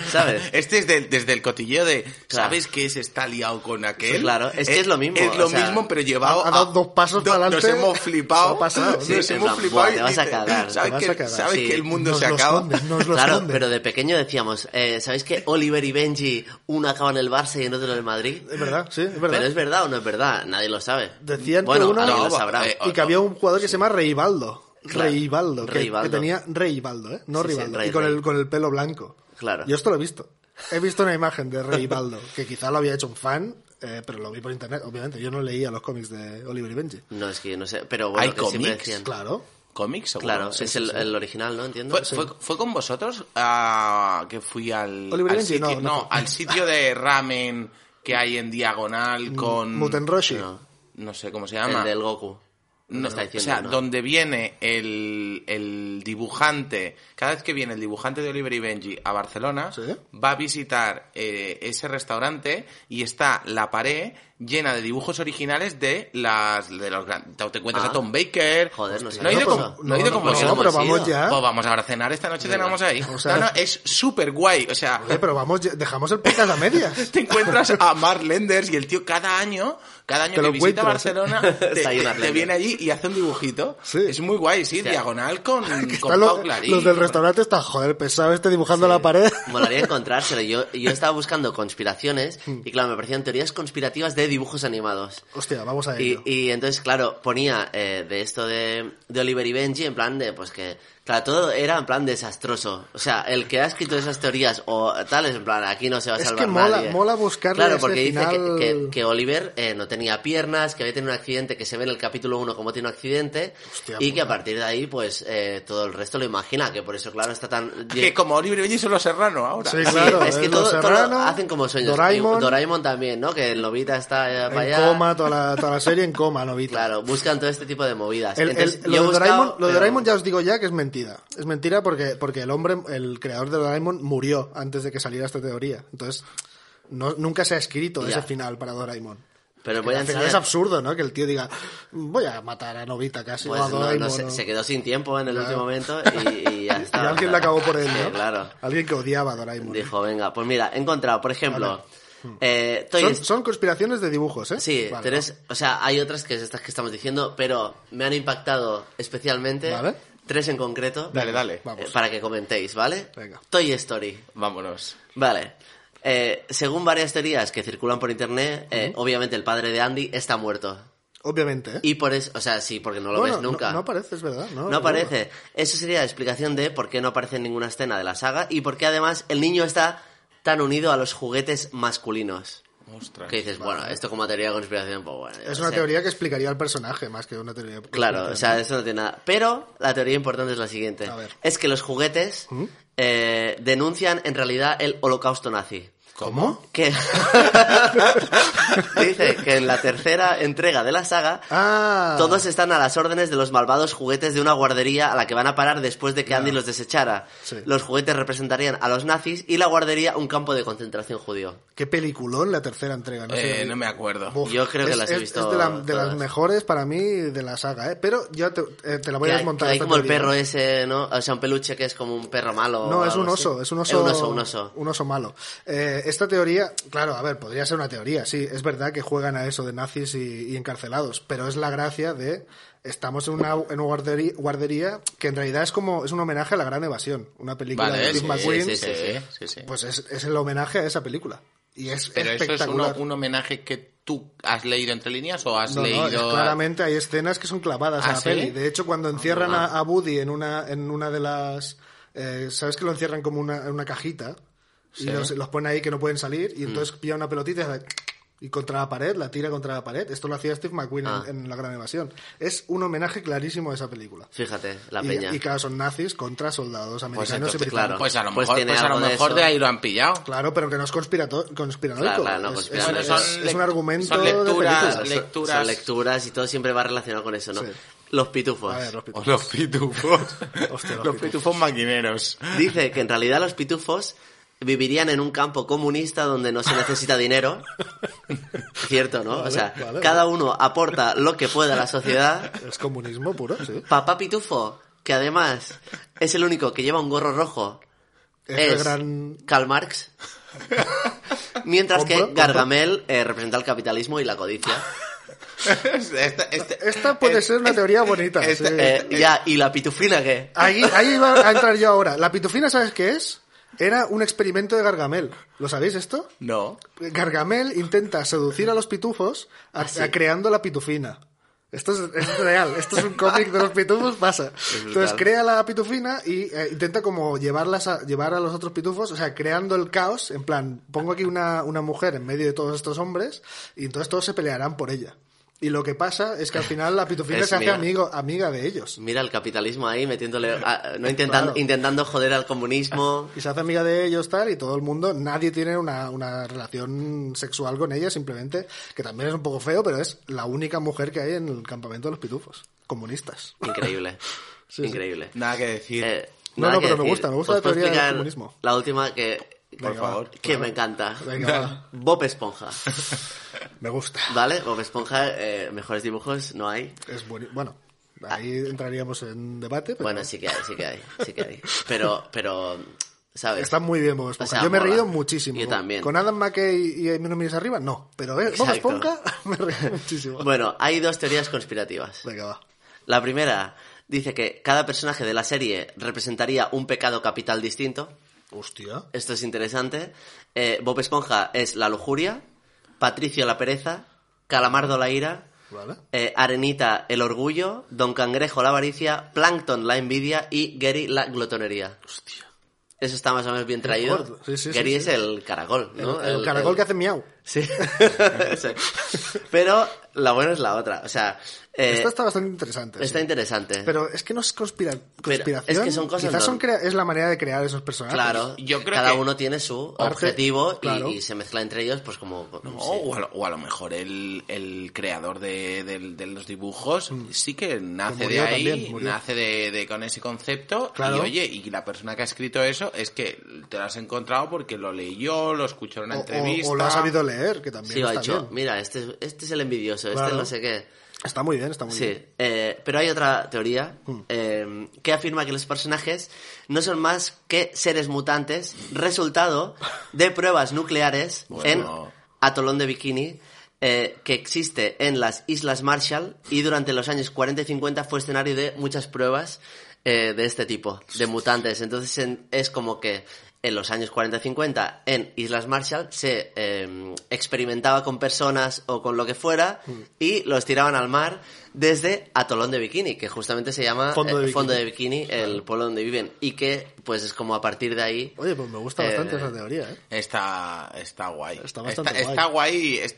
¿Sabes?
Este es del- desde el cotilleo de, ¿sabes que se está liado con aquel? Eh,
Sí, claro, es que es lo mismo,
Es lo
o sea,
mismo, pero llevado.
ha- ha dado dos pasos
do-
para adelante,
Nos hemos flipado.
se ha pasado,
Nos
¿no?
Sí, en
hemos
plan,
flipado.
"Buah,
y
te vas a
dices,
cagar,
Sabes,
te vas
que,
a cagar".
sabes
Sí.
que el mundo
Nos
se
lo
acaba.
esconden, nos lo
Claro,
esconden.
pero de pequeño decíamos, eh, ¿sabéis que Oliver y Benji, uno acaba en el Barça y el otro en el Madrid?
Es verdad, sí, es verdad.
Pero es verdad o no es verdad, nadie lo sabe.
Decían que
bueno,
uno-
alguien
No,
lo sabrá.
eh,
Y que había un jugador que se llama Reibaldo.
Claro.
Reibaldo, que,
Reibaldo.
que tenía Reibaldo, ¿eh? No
Sí, sí,
Rivaldo.
Rey,
y con
Rey.
el, con el pelo blanco.
Claro.
Yo esto lo he visto. He visto una imagen de Reibaldo, que quizá lo había hecho un fan, eh, pero lo vi por internet, obviamente. Yo no leía los cómics de Oliver y Benji.
No, es que yo no sé, pero bueno,
Hay
que siempre
cómics,
decían.
Claro.
Cómics, seguro.
Claro,
Sí,
es
sí,
el,
sí.
el original, ¿no? Entiendo.
¿Fue,
Sí.
fue, fue con vosotros ah, que fui al,
Oliver
al
Benji?
sitio,
No, no fue.
al sitio de ramen que hay en diagonal con...
Mm, Muten Roshi.
No,
No sé cómo se
el
llama.
del Goku.
No,
No, está diciendo,
o sea,
¿no?
donde viene el, el dibujante, cada vez que viene el dibujante de Oliver y Benji a Barcelona,
Sí.
va a visitar eh, ese restaurante y está la pared llena de dibujos originales de las de los grandes. Te encuentras
Ah.
a Tom Baker.
Joder, no
Hostia,
sé.
he ido
No,
con,
pues,
no he ido
no,
con
no,
vosotros.
pero vamos ya.
Pues vamos a ahora a cenar esta noche, cenamos ahí.
O sea-
no, no, es súper guay. O sea,
Oye, Eh, pero vamos, ya- dejamos el podcast a medias.
te encuentras a Mark Lenders y el tío cada año, cada año
Te
que
lo
visita
encuentras, ¿eh?
Barcelona, te,
Está ahí
te-
Mark
te
Lenders.
viene allí y hace un dibujito.
Sí.
Es muy guay, sí, diagonal con, con
Están
Pau
los,
Clarín.
los del restaurante están, joder, pesado este dibujando la pared.
Molaría encontrárselo. Yo, yo estaba buscando conspiraciones
Hmm.
y, claro, me parecían teorías conspirativas de dibujos animados.
Hostia, vamos a
Y,
ello.
y entonces, claro, ponía eh, de esto de, de Oliver y Benji en plan de, pues que, claro, todo era en plan desastroso. O sea, el que ha escrito esas teorías o tales, en plan, aquí no se va a
Es
salvar
que mola-
nadie.
mola buscarle
Claro,
ese
porque dice que-
final-
que, que Oliver eh, no tenía piernas, que había tenido un accidente, que se ve en el capítulo 1 como tiene un accidente,
Hostia
y que a
puta.
partir de ahí, pues, eh, todo el resto lo imagina, que por eso, claro, está tan...
Que como Oliver y Benji son los serranos ahora.
Sí,
Sí,
claro.
es que
el Don
todo, todo
Serrano,
hacen como sueños.
Doraemon,
Y Doraemon también, ¿no? Que el Novita está eh, para
en
allá.
coma, toda la, toda la serie en coma, novita.
Claro, buscan todo este tipo de movidas.
El- el-
Entonces, yo
lo,
he
de
buscado,
Doraemon, lo de
pero-
Doraemon ya os digo ya que es mentira. Es mentira porque, porque el hombre, el creador de Doraemon murió antes de que saliera esta teoría. Entonces, no, nunca se ha escrito
Ya.
ese final para Doraemon.
Pero voy a
Al final es
enseñar...
absurdo, ¿no? Que el tío diga, voy a matar a Novita casi.
Pues
o a
no, no
Doraemon,
sé,
o-
se quedó sin tiempo en el último momento y, y ya
Y
está.
alguien lo acabó por él,
Sí,
¿no?
claro.
Alguien que odiaba a Doraemon.
Dijo, venga, pues mira, he encontrado, por ejemplo, eh, Toy
Son,
Story-
son conspiraciones de dibujos, ¿eh?
Sí,
Vale,
tenés- o sea, hay otras que es estas que estamos diciendo, pero me han impactado especialmente
Vale.
tres en concreto
Dale, dale.
Vamos.
eh, para que comentéis, ¿vale?
Venga.
Toy Story.
Vámonos.
Vale. Eh, según varias teorías que circulan por internet, eh, obviamente el padre de Andy está muerto.
Obviamente, ¿eh?
Y por eso, o sea, sí, porque no lo
Bueno,
ves nunca.
No, no aparece, es verdad. No,
No aparece. Eso sería la explicación de por qué no aparece en ninguna escena de la saga y por qué además el niño está tan unido a los juguetes masculinos.
Ostras.
Que dices, bueno, esto como teoría de conspiración, pues bueno. yo
Es
no
una
sé.
teoría que explicaría al personaje más que una teoría.
Claro, o sea, eso no tiene nada. Pero la teoría importante es la siguiente.
A ver.
Es que los juguetes eh, denuncian en realidad el holocausto nazi.
¿Cómo?
Que dice que en la tercera entrega de la saga
Ah.
todos están a las órdenes de los malvados juguetes de una guardería a la que van a parar después de que Andy los desechara.
Sí.
Los juguetes representarían a los nazis y la guardería un campo de concentración judío.
Qué peliculón la tercera entrega. No,
Eh,
sé si la vi.
no me acuerdo.
Buf,
Yo creo que
es-
las he
es-
visto
Es de, la- de las
todas.
mejores para mí de la saga, ¿eh? Pero yo te, eh, te la voy
Que
a
hay-
desmontar.
que hay
esta
como el
teoría.
perro ese, ¿no? O sea, un peluche que es como un perro malo. o
No, es
algo
un
así.
oso, es un oso.
Eh, un oso, un oso.
un oso malo. Eh, esta teoría, claro, a ver, podría ser una teoría, sí, es verdad que juegan a eso de nazis y, y encarcelados, pero es la gracia de. Estamos en una, en una guardería, guardería que en realidad es como. Es un homenaje a la gran evasión. Una película
Vale,
de Steve
sí,
McQueen.
sí, sí.
sí, sí.
Pues es, es el homenaje a esa película. Y es
Pero eso es
espectacular.
uno- un homenaje que tú has leído entre líneas o has
No, no,
leído.
es- claramente hay escenas que son clavadas
¿Ah,
a la
sí?
peli. De hecho, cuando encierran a, a Woody en una, en una de las... eh, ¿Sabes que lo encierran como una, en una cajita?
Sí.
Y los, los pone ahí que no pueden salir. Y entonces pilla una pelotita y, hace y contra la pared, la tira contra la pared. Esto lo hacía Steve McQueen en-
Ah.
en, La Gran Evasión. Es un homenaje clarísimo a esa película.
Fíjate, la
y,
peña.
y claro, son nazis contra soldados americanos
entonces,
y británicos.
claro.
Pues a lo
Pues
mejor,
tiene
pues a lo
algo de
mejor
eso.
de ahí lo han pillado.
Claro, pero que no es conspirato- conspiranoico.
Claro, claro,
Es-
no,
es-
conspiranoico.
es,
Bueno,
son
es un
lec-
argumento
son
de
lecturas,
película.
Claro, son-
lecturas.
son lecturas y todo siempre va relacionado con eso, ¿no?
Sí.
Los pitufos.
A ver, los pitufos.
O los pitufos.
Hostia, los
los pitufos maquineros.
Dice que en realidad los pitufos vivirían en un campo comunista donde no se necesita dinero. Cierto, ¿no?
Vale,
o sea,
vale.
cada uno aporta lo que pueda a la sociedad.
Es comunismo puro, sí.
Papá Pitufo, que además es el único que lleva un gorro rojo,
Es,
es,
el gran...
Karl Marx. Mientras
Compro,
que
compro. Ah,
Gargamel eh, representa el capitalismo y la codicia.
Esta- este-
Esta puede ser una teoría bonita.
este-
sí.
Eh, ya, ¿y la pitufina qué?
Ahí, ahí iba a entrar yo ahora. La pitufina, ¿sabes qué es? Era un experimento de Gargamel. ¿Lo sabéis esto?
No.
Gargamel intenta seducir a los pitufos a-
Ah,
a- creando la pitufina. Esto es, es real, esto es un cómic de los pitufos, pasa. Entonces crea la pitufina y eh, intenta como llevarlas a, llevar a los otros pitufos, o sea, creando el caos, en plan, pongo aquí una, una mujer en medio de todos estos hombres y entonces todos se pelearán por ella. Y lo que pasa es que al final la pitufina
Es
se hace
mía.
amigo, amiga de ellos.
Mira el capitalismo ahí metiéndole, ah, no intentando,
Claro.
intentando joder al comunismo.
Y se hace amiga de ellos, tal, y todo el mundo, nadie tiene una, una relación sexual con ella, simplemente, que también es un poco feo, pero es la única mujer que hay en el campamento de los pitufos, comunistas.
Increíble,
Sí, sí.
increíble.
Nada que decir.
Eh,
No,
nada
no,
que
pero me
decir.
gusta, me gusta
Os
la
puedo
teoría del
explicar
comunismo.
La última que,
Venga,
por favor.
va.
que me encanta.
Venga, va.
Bob Esponja,
me gusta.
¿vale? Bob Esponja, eh, mejores dibujos no hay.
Es bueno. Bueno, ahí entraríamos en debate, pero
Bueno, sí que hay, sí que hay, sí que hay. Pero, pero, ¿sabes?
está muy bien Bob Esponja.
O sea,
Yo me he
mola.
reído muchísimo.
Yo también.
Con Adam McKay y Emilio Mires Arriba, no. Pero eh, Bob
Exacto.
Esponja me he reído muchísimo.
Bueno, hay dos teorías conspirativas.
Venga, va.
La primera dice que cada personaje de la serie representaría un pecado capital distinto.
Hostia.
Esto es interesante. Eh, Bob Esponja es la lujuria, Patricio la pereza, Calamardo la ira,
Vale.
eh, Arenita el orgullo, Don Cangrejo la avaricia, Plankton la envidia y Gary la glotonería.
Hostia.
Eso está más o menos bien traído.
gordo. Sí, sí, sí,
Gary
sí.
es el caracol, ¿no?
el, el caracol que hace miau.
Sí. Sí. Pero la buena es la otra. O sea, eh,
Esta está bastante interesante.
está
sí.
interesante.
Pero es que no es conspira- conspiración.
es que son cosas
Quizás son
nor-
crea- es la manera de crear esos personajes.
Claro,
pues,
Yo creo
cada
que-
uno tiene su
Parte-
objetivo y-
claro.
y, se mezcla entre ellos, pues como.
No,
sí.
o, a lo, o a lo mejor el, el creador de, del- de los dibujos sí que
Mm.
nace
Que murió
de ahí,
también, murió.
nace de, de- con ese concepto.
Claro.
Y oye, y la persona que ha escrito eso es que te lo has encontrado porque lo leyó, lo escuchó en
O,
una
o-
entrevista.
o lo ha sabido leer, que también
Sí, lo ha
está
hecho.
bien.
Mira, este, este es el envidioso, este
Claro. Mm.
no sé qué.
Está muy bien, está muy
Sí,
bien.
eh, pero hay otra teoría
Mm.
eh, que afirma que los personajes no son más que seres mutantes, resultado de pruebas nucleares
Bueno.
en Atolón de Bikini, eh, que existe en las Islas Marshall y durante los años 40 y 50 fue escenario de muchas pruebas eh, de este tipo, de mutantes. Entonces en- es como que en los años 40 y 50 en Islas Marshall se em,
Mm.
eh, experimentaba con personas o con lo que fuera y los tiraban al mar desde Atolón de Bikini, que justamente se llama
Fondo de
eh, Fondo de
Bikini.
Bikini, el pueblo donde viven, y que pues es como a partir de ahí...
Oye, pues me gusta
Eh,
bastante esa teoría, ¿eh?
Está, está guay.
Está bastante guay.
Está guay. Es,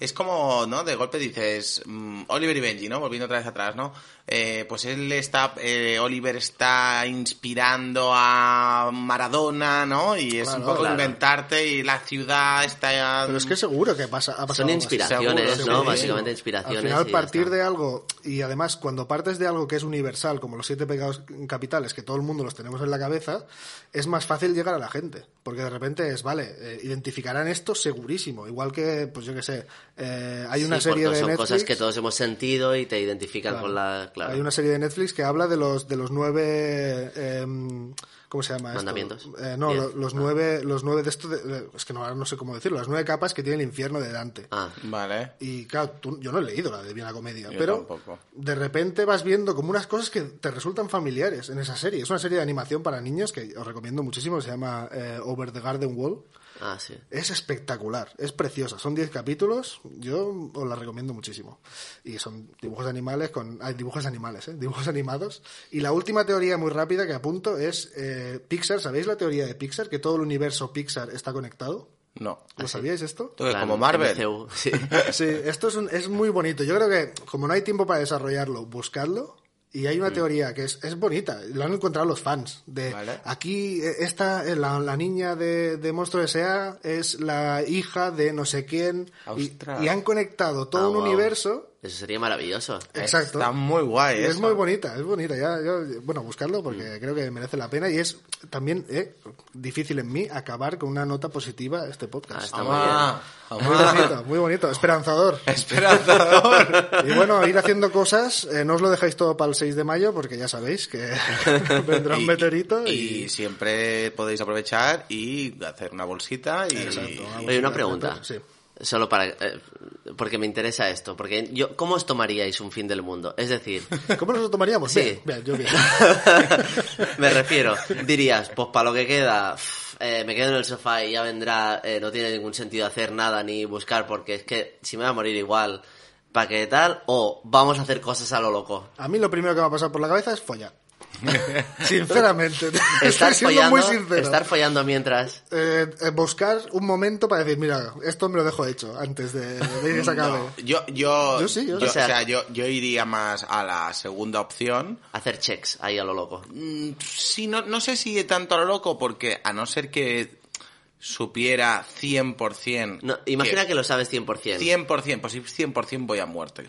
es como, ¿no? De golpe dices, mm, Oliver y Benji, ¿no? Volviendo otra vez atrás, ¿no? Eh, pues él está, eh, Oliver está inspirando a Maradona, ¿no? Y es
Claro,
un poco
claro.
inventarte y la ciudad está...
Pero es que seguro que pasa. Ha pasado
Son
algo así.
inspiraciones,
Seguro,
¿no?
seguro.
Básicamente inspiraciones.
Al final,
y ya
partir
está.
de algo, y además, cuando partes de algo que es universal, como los siete pecados capitales, que todo el mundo los tenemos en la cabeza, es más fácil llegar a la gente. Porque de repente es, vale, eh, identificarán esto segurísimo. Igual que, pues yo qué sé, eh, hay una
Sí,
serie
porque
de
son
Netflix.
cosas que todos hemos sentido y te identifican
Claro.
con la... Claro.
Hay una serie de Netflix que habla de los de los nueve em, ¿cómo se llama esto?
¿Mandamientos?
Eh, no,
Diez. Ah.
lo- los nueve, los nueve de esto de- de- es que no ahora no sé cómo decirlo, las nueve capas que tiene el infierno de Dante.
Ah,
mm, Vale.
Y claro, tú- yo no he leído la de Viena Comedia,
Yo
pero
tampoco.
de repente vas viendo como unas cosas que te resultan familiares en esa serie. Es una serie de animación para niños que os recomiendo muchísimo, que se llama eh, Over the Garden Wall.
ah, sí.
Es espectacular, es preciosa. Son 10 capítulos, yo os la recomiendo muchísimo. Y son dibujos de animales con... Hay dibujos de animales, ¿eh? Dibujos animados. Y la última teoría muy rápida que apunto es eh, Pixar. ¿Sabéis la teoría de Pixar? Que todo el universo Pixar está conectado.
No.
¿Lo sabíais esto?
Tú que
Claro,
como Marvel.
MCU, sí.
Sí, esto es, un- es muy bonito. Yo creo que como no hay tiempo para desarrollarlo, buscadlo. Y hay
Mm.
una teoría que es, es bonita, lo han encontrado los fans. De
Vale.
aquí, eh, esta, eh, la, la niña de, de Monstruo S.A. es la hija de no sé quién. Y,
Ostras.
y han conectado todo
Ah,
un
guau.
universo.
Eso sería maravilloso.
Exacto.
Está muy guay.
Y es
eso.
muy bonita, es bonita. Ya, yo- bueno, buscarlo porque
Mm.
creo que merece la pena. Y es también eh, difícil en mí acabar con una nota positiva este
Ah,
podcast.
está muy bien.
Amá,
muy
amá.
bonito, muy bonito, esperanzador.
Esperanzador.
Y bueno, ir haciendo cosas, eh, no os lo dejáis todo para el 6 de mayo porque ya sabéis que vendrá un
Y-
meteorito y...
y siempre podéis aprovechar y hacer una bolsita y
Exacto, una
Oye, una
bolsita de
pregunta.
papel, sí.
Solo para... eh, porque me interesa esto. Porque yo... ¿Cómo os tomaríais un fin del mundo? Es decir...
¿Cómo nos lo tomaríamos?
Sí.
Bien, bien, yo bien.
me refiero, dirías, pues para lo que queda, pf, eh, me quedo en el sofá y ya vendrá, eh, no tiene ningún sentido hacer nada ni buscar porque es que si me va a morir igual, ¿para qué tal? O vamos a hacer cosas a lo loco.
A mí lo primero que me va a pasar por la cabeza es follar. Sinceramente, estoy
Estar
siendo
follando,
muy sincero.
estar follando mientras.
Eh, eh, buscar un momento para decir, mira, esto me lo dejo hecho antes de, de que se acabe.
No, yo, yo,
Yo sí, yo
yo-
sí.
o sea, yo, yo iría más a la segunda opción.
Hacer checks ahí a lo loco.
Mm, Sí, no, no sé si tanto a lo loco, porque a no ser que supiera 100%.
No, imagina que, lo sabes 100%.
100%, pues sí, 100% voy a muerte.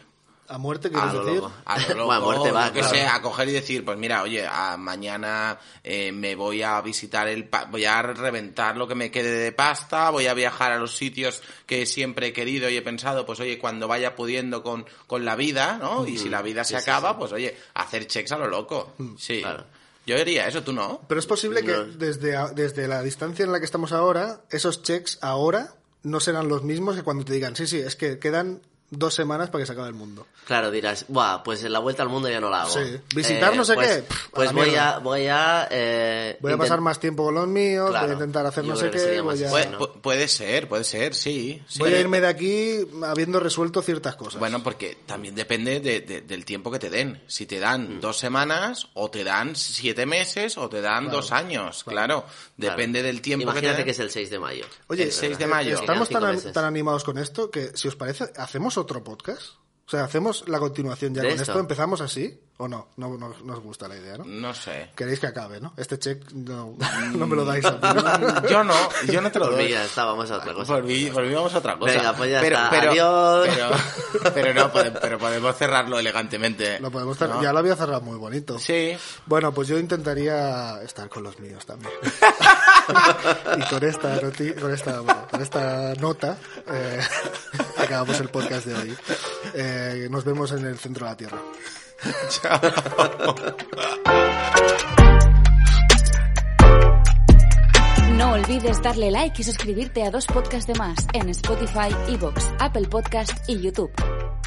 A muerte,
a
quieres
lo
decir.
loco.
A lo loco,
Bueno, a muerte va,
yo que
claro.
sé, a coger y decir, pues mira, oye, a mañana eh, me voy a visitar el, pa- voy a reventar lo que me quede de pasta, voy a viajar a los sitios que siempre he querido y he pensado, pues oye, cuando vaya pudiendo con, con la vida, ¿no? Y si la vida se acaba, pues oye, hacer checks a lo loco. Sí.
Mm, Claro.
Yo diría eso, tú no.
Pero es posible que
No.
desde, a- desde la distancia en la que estamos ahora, esos checks ahora no serán los mismos que cuando te digan, sí, sí, es que quedan dos semanas para que se acabe el mundo.
Claro, dirás, buah, pues la vuelta al mundo ya no la hago.
Sí. Visitar no sé
pues-
qué, pff, a
Pues
la
voy
mierda.
a, voy a, eh,
Voy a
intent-
pasar más tiempo con los míos,
Claro.
voy a intentar hacer
Yo
no sé
creo que
qué,
sería más
voy a,
eso,
Pue-
¿no?
pu- puede ser, puede ser, sí. sí.
voy a irme de aquí habiendo resuelto ciertas cosas.
pues,
Bueno, porque también depende de- de- del tiempo que te den. Si te
Mm.
dan dos semanas, o te dan siete meses, o te dan dos años, claro.
Claro.
Depende del tiempo
Imagínate
que te den.
es el 6 de mayo.
Oye,
el 6 de
eh,
mayo.
Estamos tan,
Quedan cinco
an-
meses.
tan animados con esto que, si os parece, ¿hacemos otro podcast? O sea, ¿hacemos la continuación ya
¿De
con esto?
esto? Mm.
¿Empezamos así o no? No, no, no os gusta la idea, ¿no?
No sé.
Queréis que acabe, ¿no? Este check no, no me lo dais a mí, ¿no?
Yo no, yo no te lo
Por mí
doy.
ya está, vamos Pues a Mm, otra cosa.
Por mí, por mí vamos a otra cosa.
Venga, pues ya está. Adiós.
Pero, pero no, pode- pero podemos cerrarlo elegantemente.
Lo podemos cer-
¿no?
Ya lo había cerrado muy bonito.
Sí.
Bueno, pues yo intentaría estar con los míos también. y con esta, noti- con esta, bueno, con esta nota eh, acabamos el podcast de hoy. Eh, nos vemos en el centro de la Tierra.
No olvides darle like y suscribirte a dos podcasts de más en Spotify, Evox, Apple Podcast y YouTube.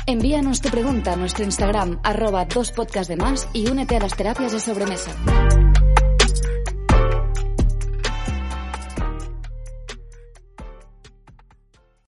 Envíanos tu pregunta a nuestro Instagram, arroba dos podcasts de más y únete a las terapias de sobremesa.